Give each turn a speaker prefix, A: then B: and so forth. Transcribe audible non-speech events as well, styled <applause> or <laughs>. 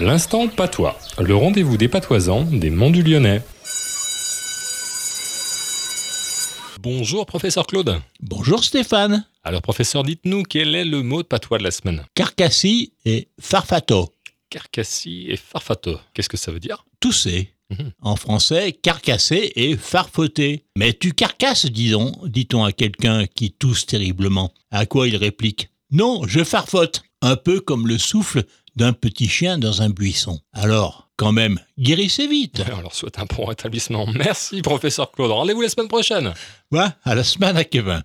A: L'instant patois, le rendez-vous des patoisans des Monts du Lyonnais. Bonjour professeur Claude.
B: Bonjour Stéphane.
A: Alors professeur, dites-nous quel est le mot de patois de la semaine
B: Carcassi et Farfato.
A: Carcassi et farfato. Qu'est-ce que ça veut dire <laughs>
B: Tousser.
A: Mhm.
B: En français, carcasser et farfauter. Mais tu carcasses, disons, dit-on à quelqu'un qui tousse terriblement. À quoi il réplique Non, je farfote. Un peu comme le souffle d'un petit chien dans un buisson. Alors, quand même, guérissez vite.
A: Alors, souhaite un bon rétablissement. Merci professeur Claude. Rendez-vous la semaine prochaine.
B: Voilà, à la semaine à Kevin.